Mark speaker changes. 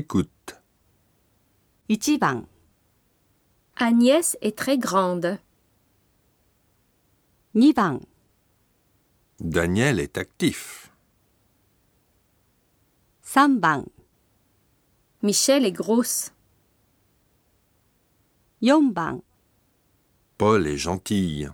Speaker 1: Écoute.
Speaker 2: 1番、
Speaker 3: Agnès est très grande.
Speaker 2: 2番、
Speaker 1: Daniel est actif.
Speaker 2: 3番、
Speaker 3: Michel est grosse.
Speaker 2: 4番。
Speaker 1: Paul est gentil.